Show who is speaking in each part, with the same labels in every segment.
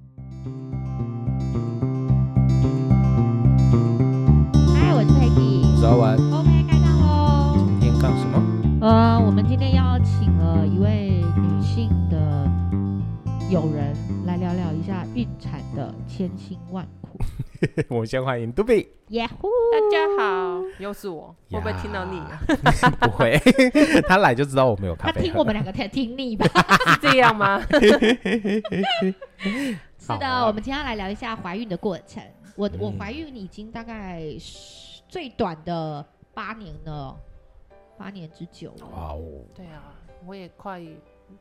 Speaker 1: 嗨，哎我是 Peggy。
Speaker 2: 早晚
Speaker 1: OK，开杠喽。
Speaker 2: 今天干什 么？
Speaker 1: 呃，我们今天邀请了一位女性的友人来聊聊一下孕产的千辛万苦。
Speaker 2: 我们先欢迎杜比。
Speaker 1: 耶呼！
Speaker 3: 大家好，又是我， 会不会听到你啊？
Speaker 2: 不会， 他来就知道我们有咖
Speaker 1: 他
Speaker 2: 啡
Speaker 1: 听
Speaker 2: 喝。
Speaker 1: 我们两个才听腻 吧？
Speaker 3: 是这样吗？
Speaker 1: 是
Speaker 2: 好
Speaker 1: 的，
Speaker 2: 啊
Speaker 1: 我们今天要来聊一下怀孕的过程。我我
Speaker 2: 嗯
Speaker 1: 怀孕已经大概十最短的八年了，八年之久了。
Speaker 2: 哇哦，
Speaker 3: 对啊，我也快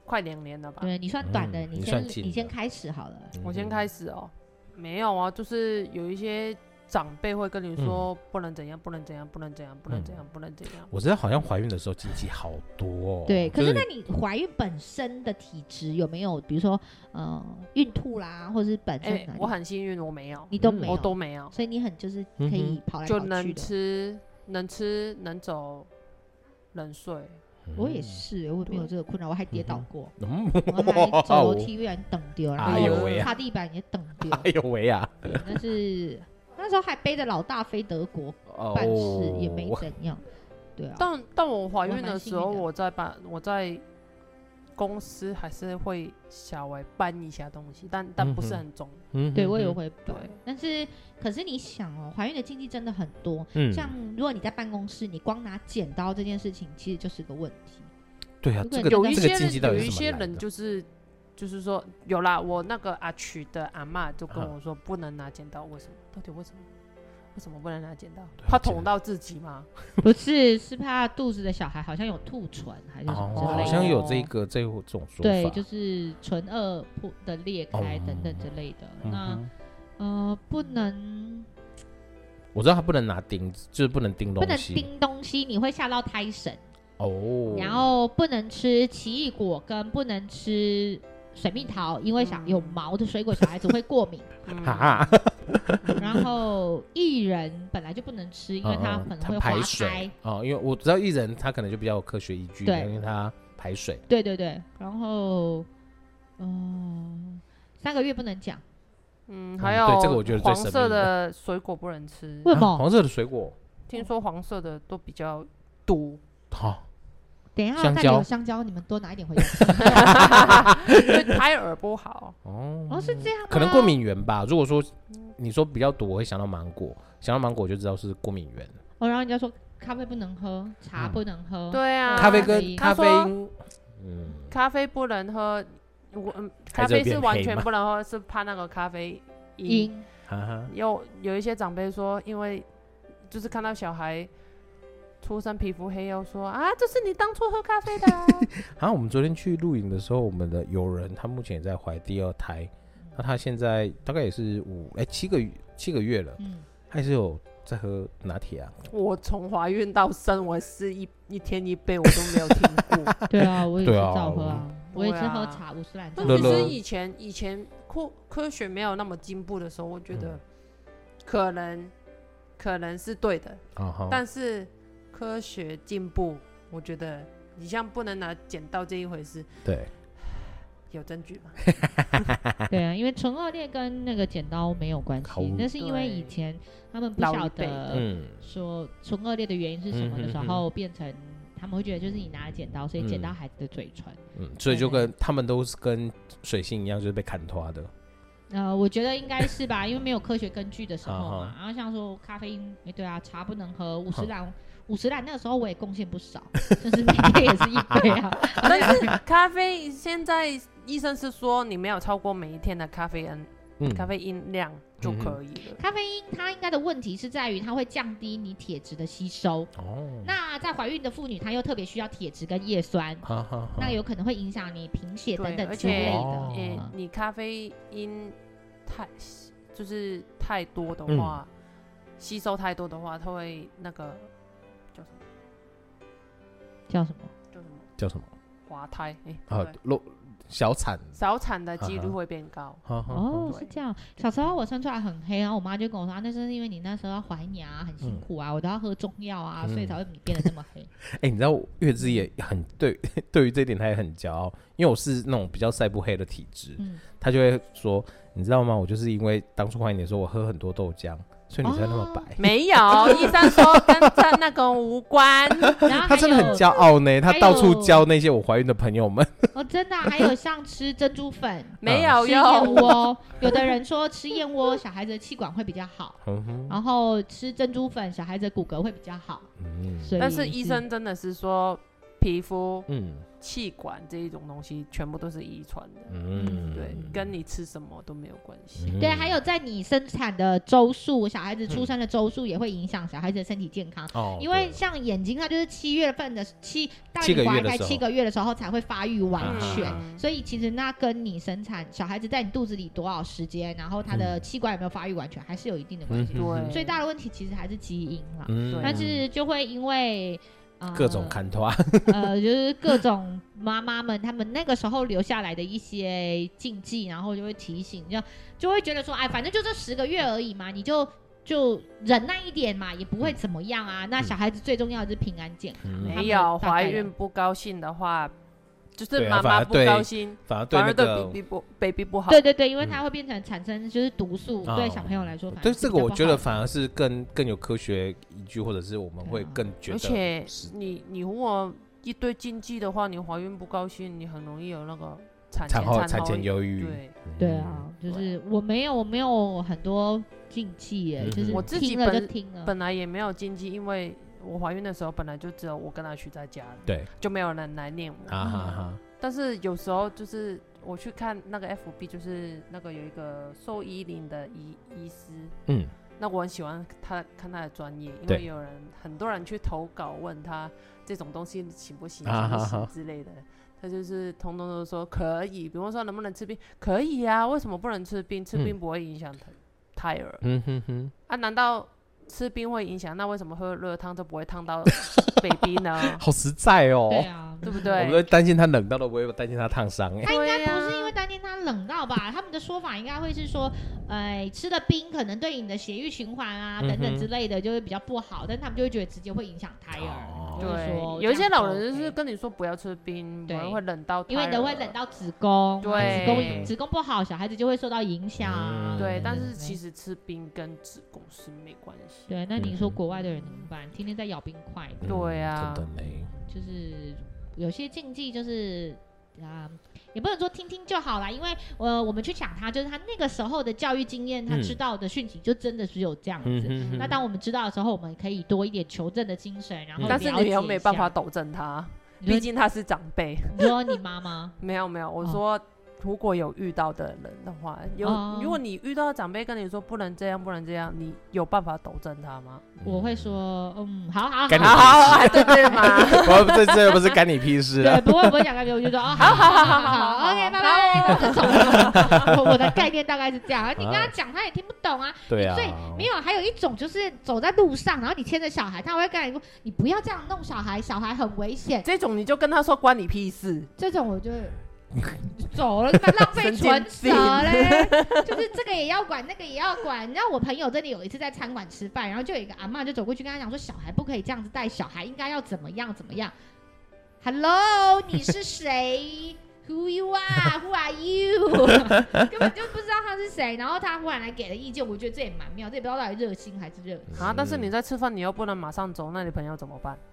Speaker 3: 快两年了吧？
Speaker 1: 对你算短的，
Speaker 2: 嗯
Speaker 1: 你
Speaker 2: 你
Speaker 1: 先
Speaker 2: 算近
Speaker 1: 你先
Speaker 2: 的
Speaker 1: 开始好了。
Speaker 3: 我先开始哦、没有啊，就是有一些长辈会跟你说、不能怎样，不能怎样，不能怎样，不能怎样，不能怎样。
Speaker 2: 我知道好像怀孕的时候经济好多哦。
Speaker 1: 对，可
Speaker 2: 就是
Speaker 1: 那你怀孕本身的体质有没有，比如说呃孕吐啦，或是本身
Speaker 3: 哎、
Speaker 1: 哪里
Speaker 3: 我很幸运，我没有，
Speaker 1: 你都
Speaker 2: 嗯
Speaker 1: 没有，
Speaker 3: 我都没有，
Speaker 1: 所以你很就是可
Speaker 2: 嗯哼
Speaker 1: 以跑来
Speaker 3: 就
Speaker 1: 跑去
Speaker 3: 能
Speaker 1: 的。
Speaker 3: 吃，能吃，能走，能睡。
Speaker 1: 我也是，我没有这个困扰，我还跌倒过，
Speaker 2: 嗯。
Speaker 1: 我 还走楼梯不然等丢，然
Speaker 2: 哎
Speaker 3: 呦
Speaker 1: 后
Speaker 3: 喂啊
Speaker 1: 擦地板也等丢，
Speaker 2: 哎呦喂啊！
Speaker 1: 对但是那时候还背着老大飞德国
Speaker 2: 哦嗯
Speaker 1: 办事，也没怎样。对啊，
Speaker 3: 但但我怀孕的时候，
Speaker 1: 我蛮幸运的
Speaker 3: 我在办，我在公司还是会稍微搬一下东西，但但不是很重。
Speaker 2: 嗯
Speaker 1: 对我也，会搬
Speaker 3: 对，
Speaker 1: 但是可是你想哦，怀孕的禁忌真的很多，
Speaker 2: 嗯
Speaker 1: 像如果你在办公室，你光拿剪刀这件事情，其实就是个问 题。
Speaker 2: 对啊
Speaker 1: 如，果
Speaker 2: 这个
Speaker 1: 有
Speaker 3: 有一
Speaker 2: 这个
Speaker 3: 些
Speaker 2: 经济
Speaker 3: 人，
Speaker 2: 到
Speaker 3: 有
Speaker 2: 底
Speaker 3: 一
Speaker 2: 是怎
Speaker 3: 些
Speaker 2: 么来的
Speaker 3: 人就是就是说有啦，我那个阿曲的阿嬷就
Speaker 2: 啊
Speaker 3: 跟我说不能拿剪刀，为什么？到底为什么？为什么不能拿剪刀？
Speaker 2: 对啊
Speaker 3: 怕
Speaker 2: 剪
Speaker 3: 捅到自 己吗？
Speaker 1: 不是，是怕肚子的小孩好像有兔唇还是什么之类
Speaker 2: 哦，
Speaker 1: 的，
Speaker 2: 好像有这个这这种说法。
Speaker 1: 对，就是唇腭破的裂开
Speaker 2: 哦
Speaker 1: 等等之类的。
Speaker 2: 嗯
Speaker 1: 那
Speaker 2: 哼
Speaker 1: 呃，不能
Speaker 2: 我知道他不能拿钉子，就是不能钉
Speaker 1: 不
Speaker 2: 东
Speaker 1: 能
Speaker 2: 西。
Speaker 1: 叮东西，你会吓到胎神。
Speaker 2: 哦，
Speaker 1: 然后不能吃奇异果，跟不能吃水蜜桃，因为想有毛的水果小孩子会过敏。
Speaker 3: 嗯
Speaker 2: 哈，
Speaker 1: 然后薏仁本来就不能吃，因为它
Speaker 2: 嗯嗯
Speaker 1: 可能会
Speaker 2: 它排
Speaker 1: 滑
Speaker 2: 水
Speaker 1: 胎。
Speaker 2: 哦，因为我知道薏仁它可能就比较有科学依据，
Speaker 1: 对
Speaker 2: 因为它排水。
Speaker 1: 对对对，然后嗯、三个月不能讲，
Speaker 3: 嗯，
Speaker 2: 嗯
Speaker 3: 还有
Speaker 2: 对这个我觉得最
Speaker 3: 黄
Speaker 2: 神
Speaker 3: 色
Speaker 2: 秘的
Speaker 3: 的水果不能吃，
Speaker 1: 为什
Speaker 2: 啊
Speaker 1: 么？
Speaker 2: 黄色的水果，
Speaker 3: 听说黄色的都比较毒，
Speaker 2: 好，
Speaker 1: 等一下
Speaker 2: 香
Speaker 1: 那里有
Speaker 2: 蕉
Speaker 1: 香蕉，你们多拿一点 回家。
Speaker 3: 对胎儿不好。
Speaker 2: 哦，
Speaker 1: 哦，是这样吗，
Speaker 2: 可能过敏源吧。如果说你说比较毒，我会想到芒果，想到芒果就知道是过敏源。
Speaker 1: 哦。然后人家说咖啡不能喝，茶不能喝。
Speaker 3: 对啊，
Speaker 2: 咖啡
Speaker 1: 咖啡
Speaker 2: 跟咖啡
Speaker 3: 他
Speaker 2: 因，嗯，
Speaker 3: 咖啡不能喝，我嗯，
Speaker 2: 还
Speaker 3: 咖
Speaker 2: 是会
Speaker 3: 啡是
Speaker 2: 变
Speaker 3: 完
Speaker 2: 黑
Speaker 3: 全
Speaker 2: 吗
Speaker 3: 不能喝，是怕那个咖啡
Speaker 2: 嗯
Speaker 3: 因。
Speaker 1: 因
Speaker 2: 哈哈，
Speaker 3: 有有一些长辈说，因为就是看到小孩出生皮肤黑，又说啊，这是你当初喝咖啡的啊、
Speaker 2: 啊，我们昨天去露营的时候，我们的友人他目前也在怀第二胎，那他现在大概也是五哎七个月七个月了，
Speaker 1: 嗯，
Speaker 2: 还是有在喝拿铁啊。
Speaker 3: 我从怀孕到生，我是一一天一杯，我都没有停过。
Speaker 1: 对啊，我也是
Speaker 2: 对啊
Speaker 1: 照喝啊，我也是
Speaker 3: 对啊
Speaker 1: 喝茶，我是懒茶。
Speaker 3: 但其
Speaker 2: 乐
Speaker 3: 实
Speaker 2: 乐
Speaker 3: 以前以前科科学没有那么进步的时候，我觉
Speaker 2: 嗯
Speaker 3: 得可能、可能是对的，
Speaker 2: 啊哈，
Speaker 3: 但是科学进步，我觉得你像不能拿剪刀这一回事，
Speaker 2: 对，
Speaker 3: 有证据吗？
Speaker 1: 对啊，因为唇腭裂跟那个剪刀没有关
Speaker 2: 好
Speaker 1: 系，那是因为
Speaker 3: 对
Speaker 1: 以前他们不
Speaker 3: 老
Speaker 1: 晓
Speaker 3: 一辈
Speaker 1: 得
Speaker 2: 嗯，
Speaker 1: 说唇腭裂的原因是什么
Speaker 2: 嗯
Speaker 1: 的
Speaker 2: 哼
Speaker 1: 时候，变成他们会觉得就是你拿了剪刀，所以剪到
Speaker 2: 嗯
Speaker 1: 孩子的嘴唇。
Speaker 2: 嗯，所以就跟他们都是跟水星一样，就是被砍拖的。
Speaker 1: 呃，我觉得应该是吧，因为没有科学根据的时候
Speaker 2: 啊
Speaker 1: 嘛
Speaker 2: 哈。
Speaker 1: 然后像说咖啡因，哎，对啊，茶不能喝，五十兰，五十兰那个时候我也贡献不少， 就是每天也是一杯 啊。
Speaker 3: 但是咖啡现在医生是说你没有超过每一天的咖啡因、
Speaker 2: 嗯，
Speaker 3: 咖啡因量就可以了。
Speaker 1: 咖啡因它应该的问题是在于它会降低你铁质的吸收。
Speaker 2: 哦，
Speaker 1: 那在怀孕的妇女，她又特别需要铁质跟叶酸，
Speaker 2: 哈哈哈，
Speaker 1: 那有可能会影响你贫血等
Speaker 3: 对
Speaker 1: 等
Speaker 3: 而
Speaker 1: 之类
Speaker 3: 且
Speaker 1: 的。嗯
Speaker 3: 诶、
Speaker 2: 哦
Speaker 3: 你咖啡因太就是太多的话，
Speaker 2: 嗯
Speaker 3: 吸收太多的话，它会那个叫什么
Speaker 1: 叫什么？
Speaker 3: 叫什么
Speaker 2: 叫什么？
Speaker 3: 滑胎，哎、
Speaker 2: 啊
Speaker 3: 对，
Speaker 2: 漏小产。
Speaker 3: 早产的几率
Speaker 2: 啊哈
Speaker 3: 会变高。
Speaker 2: 哈哈
Speaker 1: 哦，
Speaker 3: 对
Speaker 1: 是这样。小时候我生出来很黑，然后我妈就跟我说：“啊，那是因为你那时候要怀娘、啊，很辛苦啊，我都要喝中药啊，
Speaker 2: 嗯
Speaker 1: 所以才会你变得这么黑。
Speaker 2: 哎、你知道月之也很对， 对于这一点他也很骄傲，因为我是那种比较晒不黑的体质，
Speaker 1: 嗯
Speaker 2: 他就会说你知道吗？我就是因为当初怀你的时候，我喝很多豆浆，所以你才那么白。
Speaker 1: 哦
Speaker 3: 没有，医生说跟这那个无 关。
Speaker 2: 嗯
Speaker 1: 然后
Speaker 2: 他
Speaker 1: 还
Speaker 2: 真的很
Speaker 1: 有
Speaker 2: 骄傲呢，他
Speaker 1: 还
Speaker 2: 到处
Speaker 1: 有
Speaker 2: 教那些我怀孕的朋友们。
Speaker 1: 哦，真的啊、还有像吃珍珠粉、
Speaker 3: 没有
Speaker 1: 吃燕
Speaker 3: 用，
Speaker 1: 窝，有的人说吃燕窝小孩子的气管会比较好，
Speaker 2: 嗯哼
Speaker 1: 然后吃珍珠粉小孩子的骨骼会比较好。
Speaker 2: 嗯
Speaker 1: 所以
Speaker 3: 但是医生真的是说，皮肤、
Speaker 2: 嗯
Speaker 3: 气管这一种东西全部都是遗传的，
Speaker 2: 嗯，
Speaker 3: 对，跟你吃什么都没有关系。
Speaker 1: 对，还
Speaker 2: 有
Speaker 1: 有在你生产的周数，小孩子出生的周数也会影响小孩子的身体健康。
Speaker 2: 哦，
Speaker 1: 因为
Speaker 2: 对
Speaker 1: 像眼睛，它就是七月份的七，大
Speaker 2: 七个
Speaker 1: 你怀
Speaker 2: 月的
Speaker 1: 胎
Speaker 2: 时候
Speaker 1: 七个月的时候才会发育完全，
Speaker 2: 啊
Speaker 3: 嗯
Speaker 1: 所以其实那跟你生产小孩子在你肚子里多少时间，然后他的
Speaker 2: 嗯
Speaker 1: 器官有没有发育完全，还是有一定的关系。
Speaker 2: 哼
Speaker 3: 对
Speaker 1: 最大的问题其实还是基因啦，
Speaker 2: 嗯
Speaker 3: 对啊
Speaker 1: 但是就会因为。呃
Speaker 2: 各种砍头啊，
Speaker 1: 呃，就是各种妈妈们，她们那个时候留下来的一些禁忌，然后就会提醒，就就会觉得说，哎，反正就这十个月而已嘛，你就就忍耐一点嘛，也不会怎么样啊。那小孩子最重要的是平安健康。
Speaker 2: 嗯
Speaker 1: 他们
Speaker 3: 没有
Speaker 1: 大概
Speaker 3: 怀孕不高兴的话，就是
Speaker 2: 对啊
Speaker 3: 妈
Speaker 2: 反
Speaker 3: 妈
Speaker 2: 而
Speaker 3: 不
Speaker 2: 对
Speaker 3: 高兴，
Speaker 2: 反而对
Speaker 3: 反
Speaker 2: 那
Speaker 3: 而对
Speaker 2: 个
Speaker 3: baby 不 baby 不好。
Speaker 1: 对对对，因为
Speaker 2: 嗯
Speaker 1: 它会变成产生就是毒素，
Speaker 2: 哦
Speaker 1: 对小朋友来说，
Speaker 2: 对这个，我觉得反
Speaker 1: 而
Speaker 2: 而是更更有科学依据，或者是我们会
Speaker 1: 对啊
Speaker 2: 更觉
Speaker 3: 而
Speaker 2: 得，
Speaker 3: 且
Speaker 2: 是
Speaker 3: 你你如果一堆禁忌的话，你怀孕不高兴，你很容易有那个产前
Speaker 2: 产后
Speaker 3: 产
Speaker 2: 产前忧郁，
Speaker 3: 对，
Speaker 2: 嗯
Speaker 1: 是比较不好对，啊，就是我没有我没有很多禁忌耶，
Speaker 2: 嗯
Speaker 1: 就是
Speaker 2: 我
Speaker 3: 自己
Speaker 1: 听了就
Speaker 3: 本
Speaker 1: 听了，
Speaker 3: 本来也没有禁忌，因为我怀孕的时候本来就只有我跟阿徐在家，
Speaker 2: 对，
Speaker 3: 就没有人来念我。
Speaker 2: 啊哈哈，
Speaker 3: 但是有时候就是我去看那个 FB，就是那个有一个兽医林的医医师，
Speaker 2: 嗯，
Speaker 3: 那我很喜欢他看他的专业，因
Speaker 2: 对
Speaker 3: 为有人很多人去投稿问他这种东西行不行、
Speaker 2: 啊
Speaker 3: 行不
Speaker 2: 哈哈
Speaker 3: 行之类的，他就是通通都说可以。比方说能不能吃冰，可以啊，为什么不能吃冰？吃
Speaker 2: 嗯
Speaker 3: 冰不会影响胎胎儿、
Speaker 2: 嗯哼哼，
Speaker 3: 啊？难道吃冰会影响？那为什么喝热汤就不会 烫到 baby 呢？
Speaker 2: 好实在哦
Speaker 1: 对，啊，
Speaker 3: 对不
Speaker 2: 我们
Speaker 3: 对？啊
Speaker 2: 都担心他冷到都不会担心他烫伤哎，
Speaker 1: 他应
Speaker 3: 对
Speaker 1: 该
Speaker 3: 呀
Speaker 1: 不是因为担心他冷到吧？他们的说法应该会是说，哎、吃了冰可能对你的血液循环啊、
Speaker 2: 嗯哼
Speaker 1: 等等之类的就会比较不好，但他们就会觉得直接会影响胎
Speaker 2: 哦
Speaker 1: 儿。就是说
Speaker 3: 对，有一些
Speaker 1: 这样
Speaker 3: 老
Speaker 1: 不
Speaker 3: 人
Speaker 1: OK
Speaker 3: 就是跟你说不要吃冰，不
Speaker 1: 对
Speaker 3: 然会冷到
Speaker 1: 因为你
Speaker 3: 胎
Speaker 1: 都会
Speaker 3: 儿
Speaker 1: 冷到子宫，
Speaker 3: 对
Speaker 1: 子宫子宫不好，小孩子就会受到影响啊。
Speaker 2: 嗯
Speaker 3: 对，但是
Speaker 1: 对
Speaker 3: 其实吃冰跟子宫是没关系。
Speaker 1: 对，那你说国外的人怎么办？天天在咬冰块，
Speaker 2: 嗯
Speaker 3: 对啊
Speaker 2: 真的嘞，
Speaker 1: 就是有些禁忌就是啊、也不能说听听就好啦，因为呃，我们去讲他，就是他那个时候的教育经验，他
Speaker 2: 嗯
Speaker 1: 知道的讯息就真的只有这样子。
Speaker 2: 嗯
Speaker 1: 那当我们知道的时候，我们可以多一点求证的精神，
Speaker 2: 嗯
Speaker 1: 然后
Speaker 3: 但是
Speaker 1: 了解
Speaker 3: 你又
Speaker 1: 一
Speaker 3: 没办
Speaker 1: 下
Speaker 3: 法。纠正他，
Speaker 1: 你
Speaker 3: 毕
Speaker 1: 说
Speaker 3: 竟他是长辈。
Speaker 1: 你说你妈妈，
Speaker 3: 没有没有，我
Speaker 1: 哦
Speaker 3: 说如果有遇到的人的话，有
Speaker 1: 哦
Speaker 3: 如果你遇到长辈跟你说不能这样不能这样，你有办法纠正他吗？
Speaker 1: 我会，说，嗯，好好好
Speaker 2: 该哎你
Speaker 3: 好好，好啊 对对嘛，
Speaker 2: 我这这又不是干你屁事啊
Speaker 1: 对，，不会不会讲干给我，就说哦，好好好好，OK，拜拜，这种。我我的概念大概是这样，你跟他讲他也听不懂啊。
Speaker 2: 对啊，
Speaker 1: 所以没有，还有一种就是走在路上，然后你牵着小孩，他会跟你说你不要这样弄小孩，小孩很危险。
Speaker 3: 这种你就跟他说关你屁事。
Speaker 1: 这种我就走了，他妈浪费唇舌嘞！就是这个也要管，那个也要管。你知道我朋友这里有一次在餐馆吃饭，然后就有一个阿嬷就走过去跟他讲说，小孩不可以这样子带，小孩应该要怎么样怎么样。Hello，你是谁？Who you are? Who are you？根本就不知道他是谁。然后他忽然来给了意见，我觉得这也蛮妙，这也不知道到底热心还是热情。
Speaker 2: 嗯
Speaker 3: 啊！但是你在吃饭，你又不能马上走，那你朋友怎么办？
Speaker 1: 嗯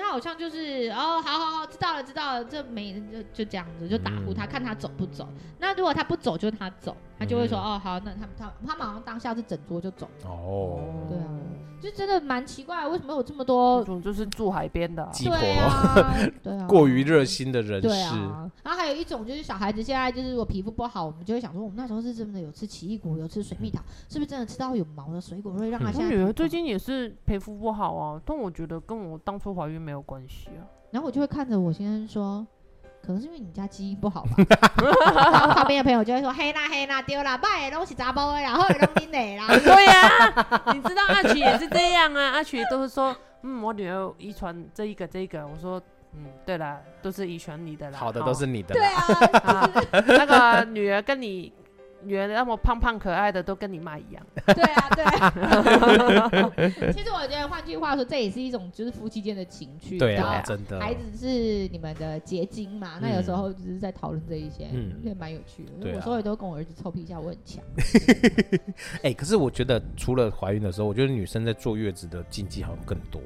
Speaker 1: 他好像就是哦，好好好，知道了知道了，这没就就这样子，就打呼他，
Speaker 2: 嗯
Speaker 1: 看他走不走。那如果他不走，就他走，他就会说、
Speaker 2: 嗯
Speaker 1: 哦好，那他他他马上当下是整桌就走，
Speaker 2: 哦，
Speaker 1: 对啊就真的蛮奇怪，为什么有这么多
Speaker 3: 这？种就是住海边的啊，
Speaker 2: 鸡
Speaker 1: 对啊， 对啊，
Speaker 2: 过于热。心的人
Speaker 1: 对
Speaker 2: 士，
Speaker 1: 啊，然后还有一种就是小孩子现在就是如果皮肤不好，我们就会想说，我们那时候是真的有吃奇异果，有吃水蜜桃，是不是真的吃到有毛的水果会让他
Speaker 2: 嗯
Speaker 1: 现
Speaker 3: 我
Speaker 1: 在、
Speaker 3: 女儿最，近也是皮肤不好啊，但我觉得跟我当初怀孕没有关系啊。
Speaker 1: 然后我就会看着我先生说，可能是因为你家基因不好吧。 然后旁边的朋友就会说， 嘿啦嘿啦，丢啦，拜拢是查某的啦，好的拢恁的啦。
Speaker 3: 对呀、你知道阿曲也是这样啊， 阿曲都是说，嗯，我女儿遗传这一个这一个，我说，嗯，对啦，都是遗传你的啦，
Speaker 2: 好的
Speaker 3: 哦
Speaker 2: 都是你 的
Speaker 1: 对
Speaker 2: 啦，
Speaker 1: 啊，
Speaker 3: 啊，那个女儿跟你原来那么胖胖可爱的都跟你妈一样，
Speaker 1: 对啊，对啊。 其实我觉得，换句话说，这也是一种就是夫妻间的情趣。
Speaker 2: 对
Speaker 1: 然
Speaker 2: 啊，
Speaker 1: 后
Speaker 2: 真的，
Speaker 1: 孩子是你们的结晶嘛，那有时候就是在讨论这一些，
Speaker 2: 嗯
Speaker 1: 也蛮有趣的。
Speaker 2: 对啊嗯
Speaker 1: 我所有都跟我儿子臭屁一下，我很强。
Speaker 2: 哎、可是我觉得除了怀孕的时候，我觉得女生在坐月子的禁忌好像更多。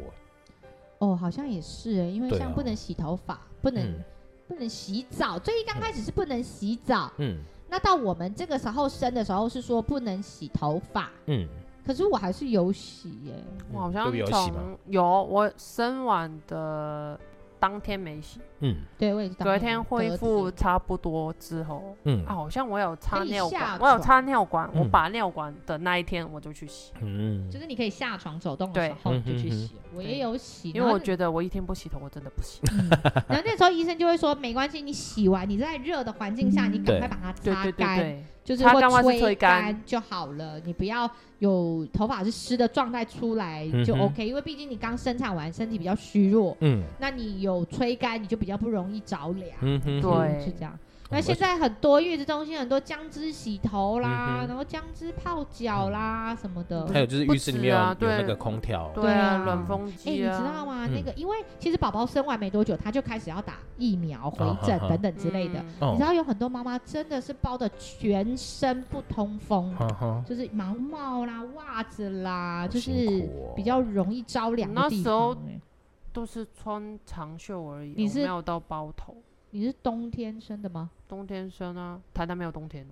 Speaker 1: 哦，好像也是哎，因为
Speaker 2: 对啊
Speaker 1: 像不能洗头发，不能
Speaker 2: 嗯
Speaker 1: 不能洗澡，最一刚开始是不能洗澡，
Speaker 2: 嗯
Speaker 1: 那到我们这个时候生的时候是说不能洗头发，
Speaker 2: 嗯，
Speaker 1: 可是我还是有洗耶。
Speaker 3: 我好
Speaker 2: 都
Speaker 3: 像
Speaker 2: 比较洗嘛
Speaker 3: 从有我生完的当天没洗，
Speaker 2: 嗯
Speaker 1: 对，我也是当
Speaker 3: 隔
Speaker 1: 面
Speaker 3: 天恢
Speaker 1: 得知
Speaker 3: 复差不多之后，
Speaker 2: 嗯
Speaker 3: 啊，好像我有插
Speaker 1: 可以
Speaker 3: 尿
Speaker 1: 下
Speaker 3: 管，我
Speaker 1: 床
Speaker 3: 有插尿管，我
Speaker 2: 嗯
Speaker 3: 把尿管的那一天我就去洗，
Speaker 2: 嗯
Speaker 1: 就是你可以下床走动的时候
Speaker 2: 对
Speaker 1: 你就去
Speaker 2: 嗯
Speaker 1: 洗
Speaker 2: 哼，
Speaker 1: 我也有洗，
Speaker 3: 因为我觉得我一天不洗头我真的 不行。
Speaker 1: 得，嗯然后那时候医生就会说没关系，你洗完你在热的环境下，你赶快把它
Speaker 3: 对
Speaker 1: 擦
Speaker 3: 对对
Speaker 1: 干，
Speaker 3: 对，
Speaker 1: 就是
Speaker 3: 擦干
Speaker 1: 或
Speaker 3: 或是吹干
Speaker 1: 干就好了，你不要有头发是湿的状态出来就
Speaker 2: 嗯哼
Speaker 1: OK，因为毕竟你刚生产完身体比较虚弱，
Speaker 2: 嗯
Speaker 1: 那你有吹干你就比较不容易着凉，
Speaker 2: 嗯哼
Speaker 3: 对
Speaker 1: 嗯是这样。那现在很多月子中心很多姜汁洗头啦，
Speaker 2: 嗯哼嗯
Speaker 1: 然后姜汁泡脚啦什么的。
Speaker 2: 还有就是浴室里面有,、有那个空调，
Speaker 3: 对啊，
Speaker 1: 啊
Speaker 3: 暖风
Speaker 1: 哎、
Speaker 3: 机
Speaker 1: 你
Speaker 3: 啊，
Speaker 1: 知道吗？
Speaker 2: 嗯
Speaker 1: 那个，因为其实宝宝生完没多久，他就开始要打疫苗、回
Speaker 2: 啊
Speaker 1: 诊
Speaker 2: 哈哈
Speaker 1: 等等之类的。
Speaker 3: 嗯
Speaker 1: 你知
Speaker 2: 哦，
Speaker 1: 道有很多妈妈真的是包的全身不通风，
Speaker 2: 哈哈，
Speaker 1: 就是毛毛啦、袜子啦，
Speaker 2: 好
Speaker 1: 就
Speaker 2: 辛
Speaker 1: 是
Speaker 2: 苦哦
Speaker 1: 比较容易着凉的
Speaker 3: 那
Speaker 1: 地
Speaker 3: 时候
Speaker 1: 方、哎
Speaker 3: 都是穿长袖而已，
Speaker 1: 你
Speaker 3: 我
Speaker 1: 是
Speaker 3: 没有到包头。
Speaker 1: 你是冬天生的吗？
Speaker 3: 冬天生啊，台南没有冬天。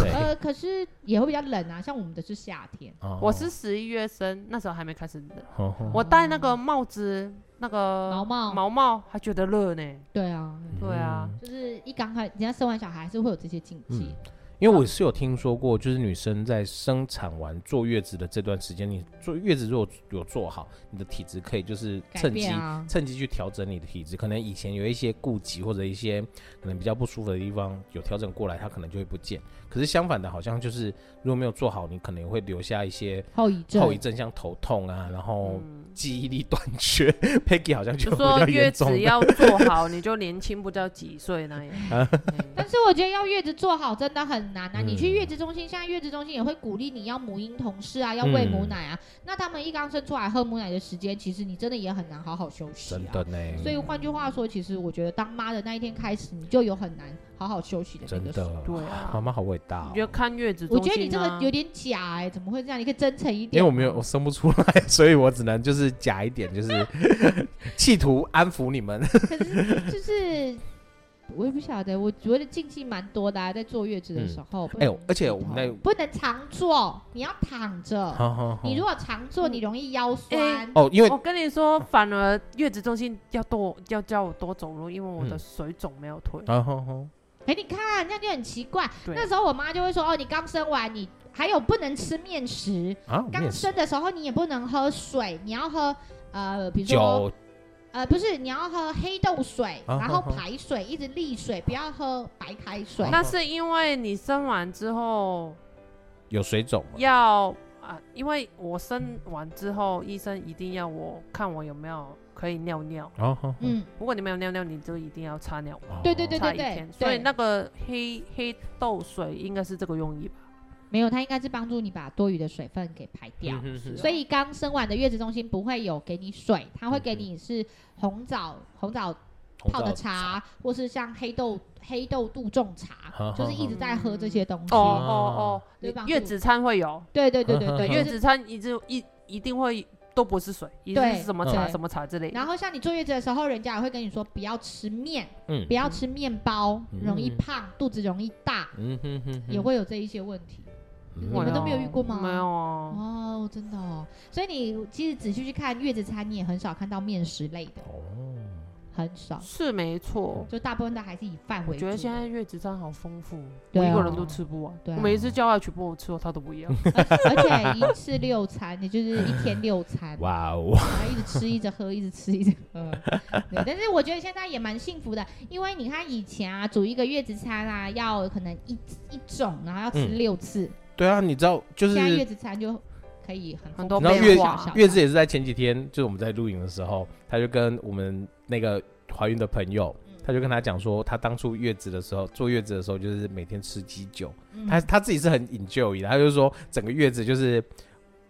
Speaker 2: 对、
Speaker 1: 呃，可是也会比较冷啊，像我们的是夏天。
Speaker 2: 哦
Speaker 3: 我是十一月生，那时候还没开始冷。
Speaker 2: 哦哦
Speaker 3: 我戴那个帽子，那个
Speaker 1: 毛毛
Speaker 3: 呃毛毛还觉得热呢。
Speaker 2: 嗯
Speaker 1: 对啊，
Speaker 3: 对啊，
Speaker 1: 就是一刚开，人家生完小孩还是会有这些禁忌
Speaker 2: 嗯。因为我是有听说过，就是女生在生产完坐月子的这段时间，你坐月子如果有做好，你的体质可以就是
Speaker 1: 改
Speaker 2: 趁机、
Speaker 1: 变啊，
Speaker 2: 趁机去调整你的体质。可能以前有一些顾忌或者一些可能比较不舒服的地方，有调整过来，它可能就会不见。可是相反的，好像就是如果没有做好，你可能会留下一些
Speaker 1: 后遗症，
Speaker 2: 后遗症，像头痛啊，然后
Speaker 3: 嗯，
Speaker 2: 记忆力短缺。Peggy 好像 就比
Speaker 3: 就说
Speaker 2: 较
Speaker 3: 月
Speaker 2: 严重
Speaker 3: 子
Speaker 2: 的。
Speaker 3: 要做好，你就年轻不知道几岁那样。 嗯
Speaker 1: 但是我觉得要月子做好真的很难啊！
Speaker 2: 嗯
Speaker 1: 你去月子中心，现在月子中心也会鼓励你要母婴同事啊，要
Speaker 2: 嗯
Speaker 1: 喂母奶啊。那他们一刚生出来喝母奶的时间，其实你真的也很难好好休息
Speaker 2: 真
Speaker 1: 啊
Speaker 2: 的。呢，
Speaker 1: 所以换句话说，其实我觉得当妈的那一天开始，你就有很难好好休息的那
Speaker 2: 真
Speaker 1: 个时候。
Speaker 2: 的，
Speaker 3: 对
Speaker 2: 妈
Speaker 3: 啊，
Speaker 2: 妈好伟大、
Speaker 3: 你
Speaker 2: 哦
Speaker 3: 就。看月子中
Speaker 1: 我觉
Speaker 3: 心啊
Speaker 1: 得你这个有点假哎、怎么会这样？你可以真诚一
Speaker 2: 因为
Speaker 1: 点。
Speaker 2: 我没有，我生不出来， 所以我只能就是假一点，就是 企图安抚你们。
Speaker 1: 可是就是我也不晓得，我觉得禁忌蛮多的、啊，在坐月子的时候。不
Speaker 2: 哎
Speaker 1: 能
Speaker 2: 呦，而且我们那
Speaker 1: 不能常坐，你要躺着。
Speaker 2: 好好好
Speaker 1: 你如果常坐，你容易腰酸。
Speaker 2: 哦，因为
Speaker 3: 我跟你说，反而月子中心要多要叫我多走路，因为我的水肿没有退。
Speaker 2: 啊哈哈，
Speaker 1: 哎、你看，这样就很奇怪。
Speaker 3: 对
Speaker 1: 那时候我妈就会说：“哦，你刚生完，你还有不能吃面食，
Speaker 2: 啊，
Speaker 1: 刚
Speaker 2: 面试
Speaker 1: 生的时候你也不能喝水，你要喝呃，比如说
Speaker 2: 酒
Speaker 1: 呃，不是，你要喝黑豆水，
Speaker 2: 啊
Speaker 1: 然后
Speaker 2: 好好
Speaker 1: 排水，一直沥水，不要喝白开水。
Speaker 3: 那是因为你生完之后
Speaker 2: 有水肿吗？
Speaker 3: 要啊，因为我生完之后，医生一定要我看我有没有可以尿尿。
Speaker 2: 哦，哈哈
Speaker 1: 嗯，
Speaker 3: 如果你没有尿尿，你就一定要擦尿管，
Speaker 1: 对
Speaker 2: 嗯
Speaker 1: 对对
Speaker 3: 擦一天。所
Speaker 1: 对
Speaker 3: 以那个黑黑豆水应该是这个用意吧？
Speaker 1: 没有，它应该是帮助你把多余的水分给排掉。
Speaker 2: 嗯哼哼
Speaker 1: 所以刚生完的月子中心不会有给你水，它会给你是红枣红枣
Speaker 2: 嗯红
Speaker 1: 泡的
Speaker 2: 枣
Speaker 1: 茶，或是像黑豆黑豆杜仲
Speaker 2: 好
Speaker 1: 茶
Speaker 2: 好，
Speaker 1: 就是一直在喝这些东西。
Speaker 3: 哦
Speaker 2: 嗯
Speaker 3: 哦哦，
Speaker 1: 对
Speaker 3: 你
Speaker 1: 吧
Speaker 3: 月子餐会有，
Speaker 1: 对对对对对，
Speaker 2: 嗯
Speaker 1: 就是
Speaker 3: 月子餐一直一一定会都不是水，一定
Speaker 1: 对
Speaker 3: 是什么茶
Speaker 1: 嗯
Speaker 3: 什么茶之类的。
Speaker 1: 然后像你坐月子的时候，人家也会跟你说不要吃面，
Speaker 2: 嗯
Speaker 1: 不要吃面包，
Speaker 2: 嗯
Speaker 1: 容易胖，肚子容易大，
Speaker 2: 嗯哼哼哼，
Speaker 1: 也会有这一些问题。
Speaker 2: 嗯
Speaker 1: 你们都没有遇过吗
Speaker 3: 没有啊，
Speaker 1: 哦，真的哦，所以你其实仔细去看月子餐，你也很少看到面食类的，
Speaker 2: 哦，
Speaker 1: 很少，
Speaker 3: 是没错。
Speaker 1: 就大部分的还是以饭为
Speaker 3: 我
Speaker 1: 主。
Speaker 3: 觉得现在月子餐好丰富，哦
Speaker 1: 对
Speaker 3: 我
Speaker 1: 啊
Speaker 3: 一个人都吃不完。
Speaker 1: 对啊
Speaker 3: 我每一次叫他去帮我吃，他 都不要。
Speaker 1: 而且一次六餐，你就是一天六餐，
Speaker 2: 哇哦，
Speaker 1: 然后一直吃，一直喝，一直吃，一直喝。 对，但是我觉得现在也蛮幸福的，因为你看以前啊，煮一个月子餐啊，要可能一一种，然后要吃
Speaker 2: 嗯
Speaker 1: 六次，
Speaker 2: 对啊，你知道就是
Speaker 1: 现在月子餐就可以很
Speaker 3: 很多
Speaker 1: 丰富
Speaker 2: 变
Speaker 1: 小
Speaker 3: 化
Speaker 1: 小小
Speaker 2: 月子也是在前几天，就是我们在录影的时候，他就跟我们那个怀孕的朋友，
Speaker 1: 嗯
Speaker 2: 他就跟他讲说，他当初月子的时候，坐月子的时候就是每天吃鸡酒，
Speaker 1: 嗯
Speaker 2: 他他自己是很 enjoy 的，他就说整个月子就是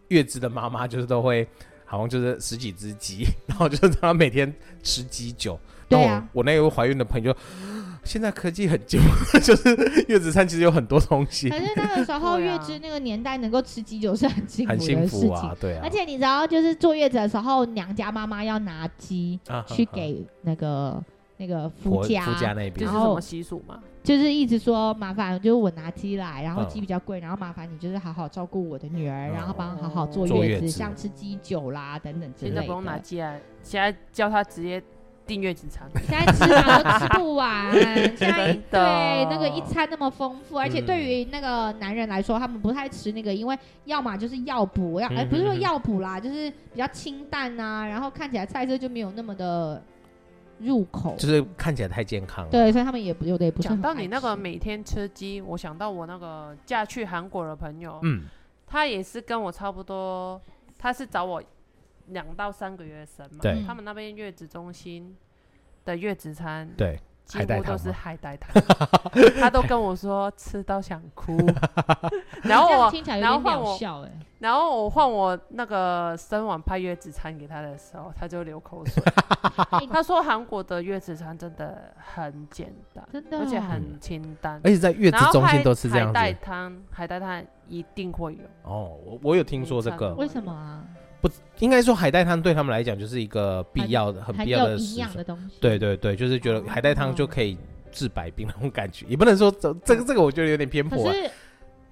Speaker 2: 月子的妈妈就是都会好像就是十几只鸡， 然后就是他每天吃鸡酒。那
Speaker 1: 对
Speaker 2: 我、
Speaker 1: 啊
Speaker 2: 我那位怀孕的朋友就， 现在科技很进步， 就是月子餐其实有很多东西，
Speaker 1: 反正那个时候
Speaker 3: 对
Speaker 1: 月
Speaker 3: 啊
Speaker 1: 之那个年代能够吃鸡酒是很幸福
Speaker 2: 很
Speaker 1: 的
Speaker 2: 幸
Speaker 1: 事
Speaker 2: 福
Speaker 1: 情。
Speaker 2: 啊，对啊
Speaker 1: 而，且你知道，就是坐月子的时候，娘家妈妈要拿鸡
Speaker 2: 啊
Speaker 1: 去
Speaker 2: 啊啊
Speaker 1: 给那个那个
Speaker 2: 婆
Speaker 1: 夫家，
Speaker 2: 夫家那
Speaker 3: 这
Speaker 2: 边
Speaker 3: 是
Speaker 1: 然
Speaker 3: 什
Speaker 1: 后
Speaker 3: 么习俗嘛？
Speaker 1: 就是一直说麻烦，就是我拿鸡来，然后
Speaker 2: 嗯
Speaker 1: 鸡比较贵，然后麻烦你就是好好照顾我的女儿，
Speaker 2: 嗯
Speaker 1: 然后帮她好好坐
Speaker 2: 坐
Speaker 1: 月
Speaker 2: 月子
Speaker 1: 像吃鸡酒啦等等之
Speaker 3: 现
Speaker 1: 类
Speaker 3: 在
Speaker 1: 的。
Speaker 3: 不用拿鸡来，现在叫他直接订阅几 餐。
Speaker 1: 现在吃嘛都吃不完，现在
Speaker 3: 真
Speaker 1: 对
Speaker 3: 的
Speaker 1: 那个一餐那么丰富，而且对于那个男人来说，他们不太吃那个，因为要么就是药补，要哎
Speaker 2: 嗯
Speaker 1: 不是说
Speaker 2: 嗯嗯
Speaker 1: 药补啦，就是比较清淡啊，然后看起来菜色就没有那么的入口，
Speaker 2: 就是看起来太健康了。
Speaker 1: 对，所以他们也不有的也不是
Speaker 3: 讲
Speaker 1: 很
Speaker 3: 到
Speaker 1: 爱
Speaker 3: 你那个
Speaker 1: 吃
Speaker 3: 每天吃鸡，我想到我那个嫁去韩国的朋友，
Speaker 2: 嗯，
Speaker 3: 他也是跟我差不多，他是找我两到三个月生嘛。
Speaker 2: 对
Speaker 1: 嗯
Speaker 3: 他们那边月子中心的月子餐，
Speaker 2: 对，
Speaker 3: 几
Speaker 2: 海带
Speaker 3: 乎都
Speaker 2: 汤
Speaker 3: 是
Speaker 2: 吗
Speaker 3: 海带汤， 他都跟我说吃到想 哭，然后
Speaker 1: 这样
Speaker 3: 我，
Speaker 1: 听起来有
Speaker 3: 然后
Speaker 1: 点
Speaker 3: 换
Speaker 1: 渺
Speaker 3: 我
Speaker 1: 小哎，
Speaker 3: 然后我换我那个生完拍月子餐给他的时候，他就流口水
Speaker 1: 哎。
Speaker 3: 他说韩国的月子餐真的很简单，
Speaker 1: 真的哦，
Speaker 3: 而且很清淡，
Speaker 2: 而且在嗯哎月子
Speaker 3: 然后
Speaker 2: 中心
Speaker 3: 海
Speaker 2: 都是这样
Speaker 3: 海
Speaker 2: 子。
Speaker 3: 带汤，海带汤一定会有。
Speaker 2: 哦，我我有听说这
Speaker 3: 嗯
Speaker 2: 个，
Speaker 1: 为什么啊？
Speaker 2: 应该说海带汤对他们来讲就是一个必要的、很
Speaker 1: 很
Speaker 2: 必要
Speaker 1: 有
Speaker 2: 的
Speaker 1: 营
Speaker 2: 食
Speaker 1: 养
Speaker 2: 材
Speaker 1: 的。东西，
Speaker 2: 对对对，就是觉得海带汤就可以治百病那种感觉，也不能说 这这个这个我觉得有点偏
Speaker 1: 可
Speaker 2: 颇啊。
Speaker 1: 是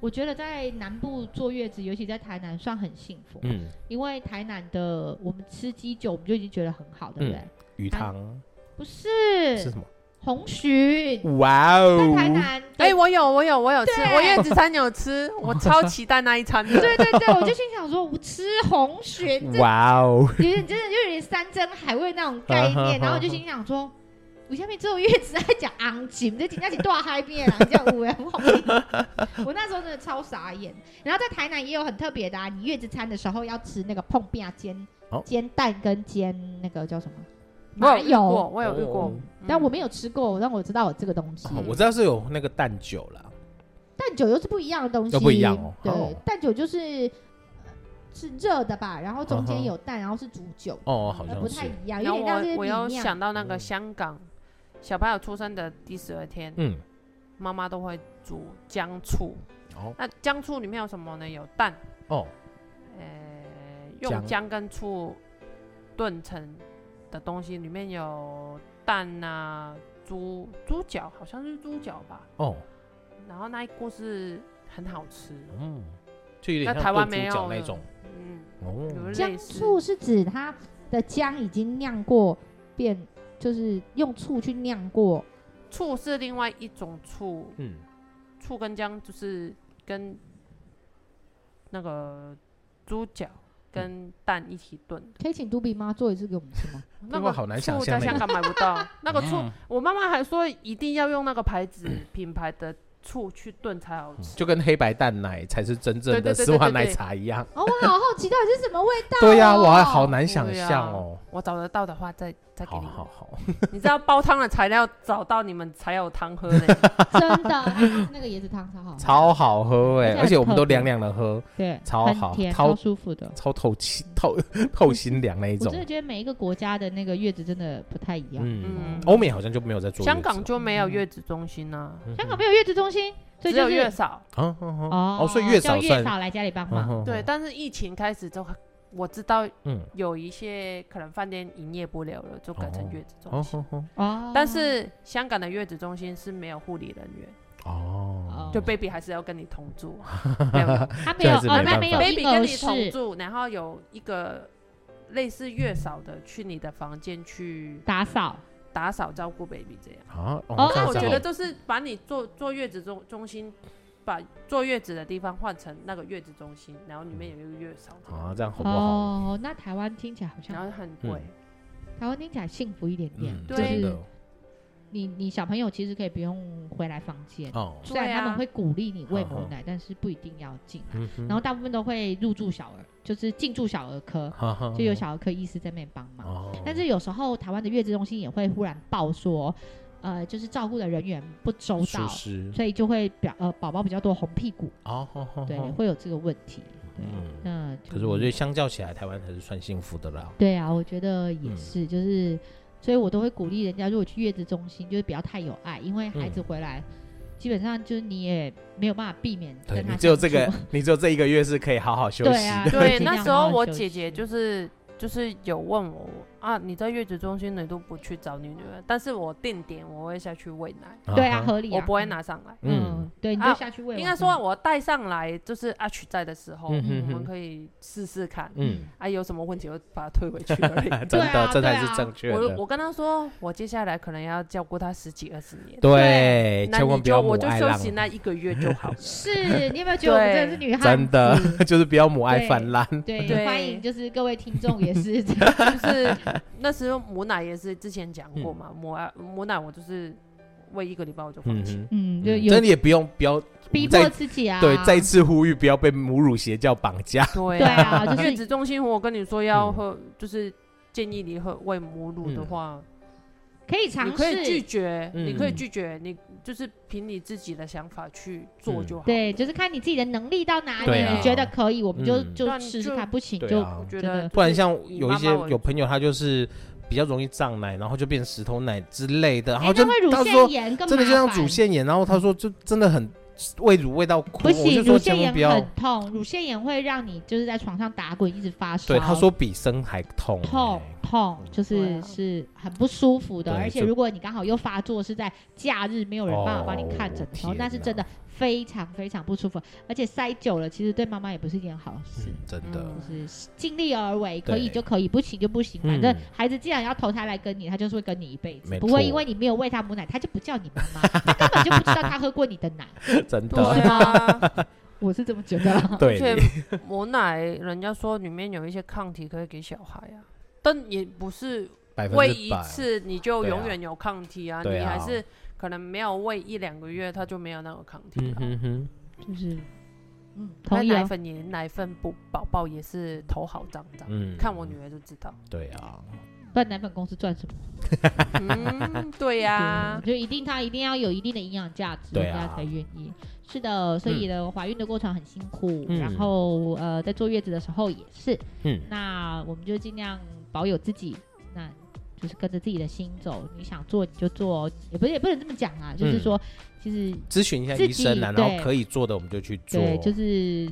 Speaker 1: 我觉得在南部坐月子，尤其在台南，算很幸福，
Speaker 2: 嗯，
Speaker 1: 因为台南的我们吃鸡酒，我们就已经觉得很好，对不对？
Speaker 2: 鱼汤
Speaker 1: 不
Speaker 2: 嗯是
Speaker 1: 是
Speaker 2: 什么？
Speaker 1: 红鲟，
Speaker 2: 哇
Speaker 1: 在
Speaker 2: 哦！
Speaker 1: 台南，
Speaker 3: 哎、
Speaker 1: 对
Speaker 3: 我有，我有，我有吃，
Speaker 1: 对
Speaker 3: 我月子餐有 吃，我超期待那一餐的。
Speaker 1: 对对对，我就心想说，我吃红鲟，这
Speaker 2: 哇哦！
Speaker 1: 有点真的就有点山珍海味那种概
Speaker 2: 哈哈哈哈
Speaker 1: 念，然后我就心想说。我下面只有月子在讲昂琴，这人家是大海边啊，叫五元我我那时候真的超傻眼。然后在台南也有很特别的啊，你月子餐的时候要吃那个碰饼煎、
Speaker 2: 哦
Speaker 1: 煎蛋跟煎那个叫什么
Speaker 3: 我
Speaker 1: 麻
Speaker 3: 有遇过，
Speaker 1: 油，
Speaker 3: 我有遇过
Speaker 2: 哦，
Speaker 3: 嗯
Speaker 1: 但我没有吃过，但我知道有这个东西。
Speaker 2: 哦我知道是有那个蛋酒啦，
Speaker 1: 蛋酒又是不一样的东西，
Speaker 2: 又不一样哦
Speaker 1: 对，
Speaker 2: 哦
Speaker 1: 蛋酒就是呃是热的吧，然后中
Speaker 2: 嗯
Speaker 1: 间
Speaker 2: 哼
Speaker 1: 有蛋，然后是煮酒，
Speaker 2: 哦，好
Speaker 1: 呃
Speaker 2: 像
Speaker 1: 不太
Speaker 2: 是。
Speaker 1: 一样，
Speaker 3: 然
Speaker 1: 有
Speaker 3: 后
Speaker 1: 点像
Speaker 3: 我
Speaker 1: 是
Speaker 3: 我又
Speaker 1: 米酿。
Speaker 3: 想到那个
Speaker 2: 嗯
Speaker 3: 香港小朋友出生的第十二天，
Speaker 2: 嗯，
Speaker 3: 妈妈都会煮姜醋。
Speaker 2: 哦
Speaker 3: 那姜醋里面有什么呢？有蛋，
Speaker 2: 哦，
Speaker 3: 呃，
Speaker 2: 姜
Speaker 3: 用姜跟醋炖成的东西，里面有蛋啊、猪猪脚，好像是猪脚吧。
Speaker 2: 哦，
Speaker 3: 然后那一锅是很好吃，
Speaker 2: 嗯，就有
Speaker 3: 那
Speaker 2: 点
Speaker 3: 台
Speaker 2: 像
Speaker 3: 湾
Speaker 2: 炖
Speaker 3: 没
Speaker 2: 猪
Speaker 3: 有
Speaker 2: 脚那
Speaker 3: 了
Speaker 2: 种。
Speaker 3: 嗯，
Speaker 2: 哦，
Speaker 3: 有
Speaker 1: 姜
Speaker 3: 类似
Speaker 1: 醋是指它的姜已经酿过变，就是用醋去酿过，
Speaker 3: 醋是另外一种醋，
Speaker 2: 嗯，
Speaker 3: 醋跟姜就是跟那个猪脚跟蛋一起炖的。
Speaker 1: 可以请杜比妈做一次给我们吃吗？
Speaker 3: 那
Speaker 2: 哇
Speaker 3: 个
Speaker 2: 好难想
Speaker 3: 醋
Speaker 2: 象
Speaker 3: 在
Speaker 2: 那
Speaker 3: 香
Speaker 2: 个
Speaker 3: 港买不 到，那个醋
Speaker 2: 嗯
Speaker 3: 我妈妈还说一定要用那个牌子品牌的醋去炖才好吃。
Speaker 2: 就跟黑白蛋奶才是真正
Speaker 3: 对
Speaker 2: 的
Speaker 3: 对对
Speaker 2: 丝袜
Speaker 3: 对对
Speaker 2: 奶
Speaker 3: 对
Speaker 2: 茶一样。
Speaker 1: 哦，我好好奇到底是什么味道、哦
Speaker 2: 对呀，我还好。 难
Speaker 3: 对啊
Speaker 2: 想
Speaker 3: 呀
Speaker 2: 象哦。
Speaker 3: 我找得到的话再再给
Speaker 2: 好
Speaker 3: 你。
Speaker 2: 好好，
Speaker 3: 你知道煲汤的材料找到你们才有汤喝的。
Speaker 1: 真的，那个椰子汤超好喝，
Speaker 2: 超好喝
Speaker 1: 而
Speaker 2: 哎、
Speaker 1: 且很
Speaker 2: 而且我们
Speaker 1: 特
Speaker 2: 都
Speaker 1: 别
Speaker 2: 凉凉的喝，
Speaker 1: 对，
Speaker 2: 超
Speaker 1: 很
Speaker 2: 好
Speaker 1: 甜，
Speaker 2: 超
Speaker 1: 超舒服的。
Speaker 2: 超透气、透透心凉那一
Speaker 1: 我
Speaker 2: 种
Speaker 1: 真的。觉得每一个国家的那个月子真的不太一样。
Speaker 2: 嗯
Speaker 3: 嗯，
Speaker 2: 欧美好像就没有在做
Speaker 3: 香港就没有
Speaker 1: 嗯
Speaker 3: 月子中心啊，
Speaker 1: 香港没有月子中心，所以
Speaker 3: 只
Speaker 1: 就
Speaker 3: 有
Speaker 1: 是
Speaker 3: 月嫂。
Speaker 2: 啊，嗯嗯
Speaker 1: 哦
Speaker 2: 哦所以月
Speaker 1: 叫
Speaker 2: 嫂
Speaker 1: 月
Speaker 2: 算
Speaker 1: 嫂来家里帮
Speaker 2: 嗯
Speaker 1: 忙。
Speaker 2: 嗯
Speaker 3: 对，但是疫情开始之后，我知道
Speaker 2: 嗯，
Speaker 3: 有一些可能饭店营业不了了，就改成月子中
Speaker 2: 哦
Speaker 3: 心。
Speaker 2: 哦
Speaker 1: 哦，
Speaker 3: 但是香港的月子中心是没有护理人员，
Speaker 2: 哦，
Speaker 3: 就 baby 还是要跟你同住，啊没有用
Speaker 1: 他没有
Speaker 2: 这还是没
Speaker 1: 哦，
Speaker 2: 办
Speaker 1: 那
Speaker 2: 法
Speaker 1: 没有
Speaker 3: baby
Speaker 1: 婴儿
Speaker 3: 跟你同
Speaker 1: 室
Speaker 3: 住，然后有一个类似月嫂的去你的房间去
Speaker 1: 打扫，
Speaker 3: 打扫照顾 baby 这样。
Speaker 2: 啊，
Speaker 1: 哦
Speaker 2: 哦，这
Speaker 3: 那
Speaker 2: 样
Speaker 3: 我
Speaker 2: 子
Speaker 3: 觉
Speaker 2: 哦
Speaker 3: 得就是把你坐坐月子中中心，把坐月子的地方换成那个月子中心，然后里面有一个月嫂这样，
Speaker 2: 啊，这样好不好？
Speaker 1: 哦，那台湾听起来好
Speaker 3: 然
Speaker 1: 像，
Speaker 3: 后很贵。
Speaker 1: 台湾听起来幸福一点点
Speaker 2: 嗯，，
Speaker 1: 就
Speaker 3: 对
Speaker 2: 真的
Speaker 1: 是你你小朋友其实可以不用回来房间，
Speaker 2: 哦，
Speaker 1: 虽然
Speaker 3: 对啊
Speaker 1: 他们会鼓励你喂母奶，但是不一定要进来。
Speaker 2: 嗯哼
Speaker 1: 然后大部分都会入住小儿，就是进驻小儿科，
Speaker 2: 哈哈
Speaker 1: 就有小儿科医师在那边帮忙。
Speaker 2: 哦，
Speaker 1: 但是有时候台湾的月子中心也会忽然报说，呃，就是照顾的人员不周
Speaker 2: 疏
Speaker 1: 到，
Speaker 2: 失
Speaker 1: 所以就会表呃宝宝比较多红屁股，
Speaker 2: 哦，吼吼
Speaker 1: 对，
Speaker 2: 吼
Speaker 1: 会有这个问题。对，
Speaker 2: 嗯
Speaker 1: 那就
Speaker 2: 可是我觉得相较起来，台湾还是算幸福的啦。
Speaker 1: 对啊，我觉得也
Speaker 2: 嗯
Speaker 1: 是，就是，所以我都会鼓励人家，如果去月子中心，就是不要太有爱，因为孩
Speaker 2: 嗯
Speaker 1: 子回来，基本上就是你也没有办法避免
Speaker 2: 对
Speaker 1: 跟他
Speaker 2: 你只有
Speaker 1: 相
Speaker 2: 这
Speaker 1: 处
Speaker 2: 个， 你只有这一个月是可以好好休息
Speaker 1: 对啊
Speaker 2: 的。
Speaker 3: 对，
Speaker 1: 尽量
Speaker 3: 那时
Speaker 1: 好
Speaker 3: 候
Speaker 1: 好
Speaker 3: 我
Speaker 1: 休
Speaker 3: 姐姐
Speaker 1: 息
Speaker 3: 就是就是有问我啊，你在月子中心你都不去找你女儿，但是我定点我会下去喂 奶，
Speaker 1: 对啊，
Speaker 2: 哈，
Speaker 1: 合理啊，
Speaker 3: 我不会
Speaker 1: 嗯，
Speaker 3: 拿上来。
Speaker 1: 嗯
Speaker 2: 嗯，，
Speaker 1: 对，你就
Speaker 3: 啊
Speaker 1: 下去喂完就好，
Speaker 3: 应该说，我带上来就是阿曲在的时候，
Speaker 2: 嗯哼
Speaker 3: 我
Speaker 2: 哼
Speaker 3: 们可以试试看，
Speaker 2: 嗯，
Speaker 3: 啊，有什么问题我把它推 回去而已。
Speaker 2: 真
Speaker 1: 对啊
Speaker 2: 的，这
Speaker 1: 对
Speaker 2: 才
Speaker 1: 啊
Speaker 2: 是正确
Speaker 3: 我
Speaker 2: 的。
Speaker 3: 我跟他说，我接下来可能要照顾他十几二十年，
Speaker 2: 对，
Speaker 3: 那
Speaker 2: 千
Speaker 3: 你
Speaker 2: 万不
Speaker 3: 就
Speaker 2: 要母
Speaker 3: 啊我就
Speaker 2: 爱
Speaker 3: 休
Speaker 2: 浪
Speaker 3: 息那一个月就好了。
Speaker 1: 是你有没有觉得我们真的是女汉
Speaker 2: 真的
Speaker 1: 子
Speaker 2: 就是不要母爱
Speaker 1: 对
Speaker 2: 泛滥。
Speaker 1: 对，
Speaker 3: 对
Speaker 1: 欢迎就是各位听众也是 这样，
Speaker 3: 就是那时候母奶也是之前讲过嘛，母爱母奶我就是喂一个礼拜我就放
Speaker 2: 嗯
Speaker 3: 弃。
Speaker 2: 哼，
Speaker 1: 嗯，就
Speaker 2: 嗯
Speaker 1: 有
Speaker 2: 真的也不用不要
Speaker 1: 逼迫
Speaker 2: 再
Speaker 1: 自己啊，
Speaker 2: 对再次呼吁不要被母乳邪教绑架。
Speaker 3: 对
Speaker 1: 对啊，就
Speaker 3: 月
Speaker 1: 是
Speaker 3: 子中心我跟你说要
Speaker 2: 嗯
Speaker 3: 喝，就是建议你喝喂母乳的话，
Speaker 1: 可以尝
Speaker 3: 啊你可以拒
Speaker 1: 试，
Speaker 3: 绝，
Speaker 2: 嗯
Speaker 3: 你可以拒绝，你就是凭你自己的想法去
Speaker 2: 嗯
Speaker 3: 做就好。
Speaker 1: 对，就是看你自己的能力到哪里，
Speaker 2: 对啊
Speaker 1: 你觉得可以，我们就
Speaker 2: 嗯
Speaker 1: 就哎
Speaker 3: 那你
Speaker 1: 试试
Speaker 3: 就
Speaker 1: 看，不行
Speaker 2: 对
Speaker 1: 就
Speaker 2: 啊
Speaker 3: 我觉
Speaker 1: 真
Speaker 3: 得
Speaker 1: 的
Speaker 2: 不然像
Speaker 3: 以
Speaker 2: 有
Speaker 3: 妈
Speaker 2: 一
Speaker 3: 妈
Speaker 2: 些
Speaker 3: 为
Speaker 2: 有朋友他就是比较容易胀奶，然后就变石头奶之类的，然
Speaker 1: 哎
Speaker 2: 后就
Speaker 1: 那会乳
Speaker 2: 他
Speaker 1: 腺
Speaker 2: 说
Speaker 1: 炎更
Speaker 2: 真的就像
Speaker 1: 麻烦
Speaker 2: 乳腺炎，然后他说就真的很呃喂乳喂到
Speaker 1: 不
Speaker 2: 哭，我就
Speaker 1: 行，
Speaker 2: 说
Speaker 1: 乳
Speaker 2: 千
Speaker 1: 腺
Speaker 2: 万
Speaker 1: 炎
Speaker 2: 不要
Speaker 1: 很。痛，乳腺炎会让你就是在床上打滚，一直发烧。
Speaker 2: 对，他说比生还痛欸，
Speaker 1: 痛痛就是、
Speaker 3: 对啊
Speaker 1: 是很不舒服的，
Speaker 2: 对
Speaker 1: 而且
Speaker 2: 就
Speaker 1: 如果你刚好又发作是在假日，没有人办法帮你看诊的时候，
Speaker 2: 哦
Speaker 1: 那是真的非常非常不舒服，而且塞久了，其实对妈妈也不是一件好事。
Speaker 2: 嗯，真的，
Speaker 3: 嗯
Speaker 1: 就是尽力而为，
Speaker 2: 对
Speaker 1: 可以就可以，不行就不行。反正
Speaker 2: 嗯
Speaker 1: 孩子既然要投胎来跟你，他就是会跟你一辈子，
Speaker 2: 没
Speaker 1: 不会
Speaker 2: 错
Speaker 1: 因为你没有喂他母奶，他就不叫你妈 妈，他根本就不知道他喝过你的奶。
Speaker 2: 真
Speaker 3: 对
Speaker 2: 的，
Speaker 3: 啊，
Speaker 1: 我是这么觉得啊啦。
Speaker 3: 而
Speaker 2: 对，
Speaker 3: 且母奶人家说里面有一些抗体可以给小孩啊，但也不是
Speaker 2: 百分之
Speaker 3: 喂一
Speaker 2: 百，
Speaker 3: 次你就
Speaker 2: 对啊
Speaker 3: 永远有抗体啊，
Speaker 2: 对
Speaker 3: 你
Speaker 2: 啊
Speaker 3: 还是可能没有喂一两个月，它就没有那个抗体
Speaker 2: 嗯
Speaker 3: 了。
Speaker 2: 哼哼，
Speaker 1: 就是，嗯，
Speaker 3: 那
Speaker 1: 同意
Speaker 3: 奶
Speaker 1: 啊。
Speaker 3: 粉也奶粉不宝宝也是头好胀胀，
Speaker 2: 嗯，
Speaker 3: 看我女儿就知道。
Speaker 2: 对啊，
Speaker 1: 不然奶粉公司赚什么？
Speaker 3: 嗯，对呀、
Speaker 1: 对就一定它一定要有一定的营养价值，
Speaker 2: 啊对
Speaker 1: 人
Speaker 2: 啊
Speaker 1: 家才愿意。是的，所以呢，怀孕的过程很辛苦，
Speaker 2: 嗯
Speaker 1: 然后呃，在坐月子的时候也是。
Speaker 2: 嗯，
Speaker 1: 那我们就尽量保有自己，那就是跟着自己的心走，你想做你就做，也不是也不能这么讲啊，就是
Speaker 2: 嗯
Speaker 1: 说，其实
Speaker 2: 咨询一下
Speaker 1: 自
Speaker 2: 医生啊，
Speaker 1: 己
Speaker 2: 然后
Speaker 1: 对
Speaker 2: 可以做的我们就去做，
Speaker 1: 对，就是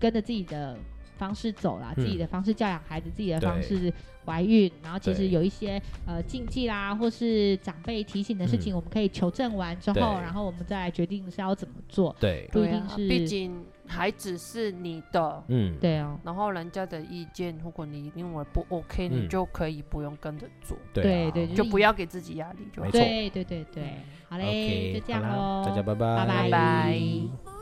Speaker 1: 跟着自己的方式走啦，
Speaker 2: 嗯
Speaker 1: 自己的方式教养孩子，自己的
Speaker 2: 对
Speaker 1: 方式怀孕，然后其实
Speaker 2: 对
Speaker 1: 有一些呃禁忌啦，或是长辈提醒的事情，
Speaker 2: 嗯
Speaker 1: 我们可以求证完之后，
Speaker 2: 对
Speaker 1: 然后我们再来决定是要怎么做。
Speaker 2: 对，
Speaker 1: 不一
Speaker 3: 对啊
Speaker 1: 定，是
Speaker 3: 毕竟孩子是你的。
Speaker 2: 嗯，
Speaker 1: 对哦，
Speaker 3: 然后人家的意见，如果你认为不 OK，、
Speaker 2: 嗯
Speaker 3: 你就可以不用跟着做，
Speaker 2: 对啊
Speaker 1: 对对
Speaker 3: 就不要给自己压力就好
Speaker 2: 没。错
Speaker 1: 对对对对，好嘞
Speaker 2: OK，
Speaker 1: 就这样
Speaker 2: 好啦
Speaker 1: 喽，
Speaker 2: 大家拜
Speaker 1: 拜
Speaker 2: 拜，
Speaker 3: 拜拜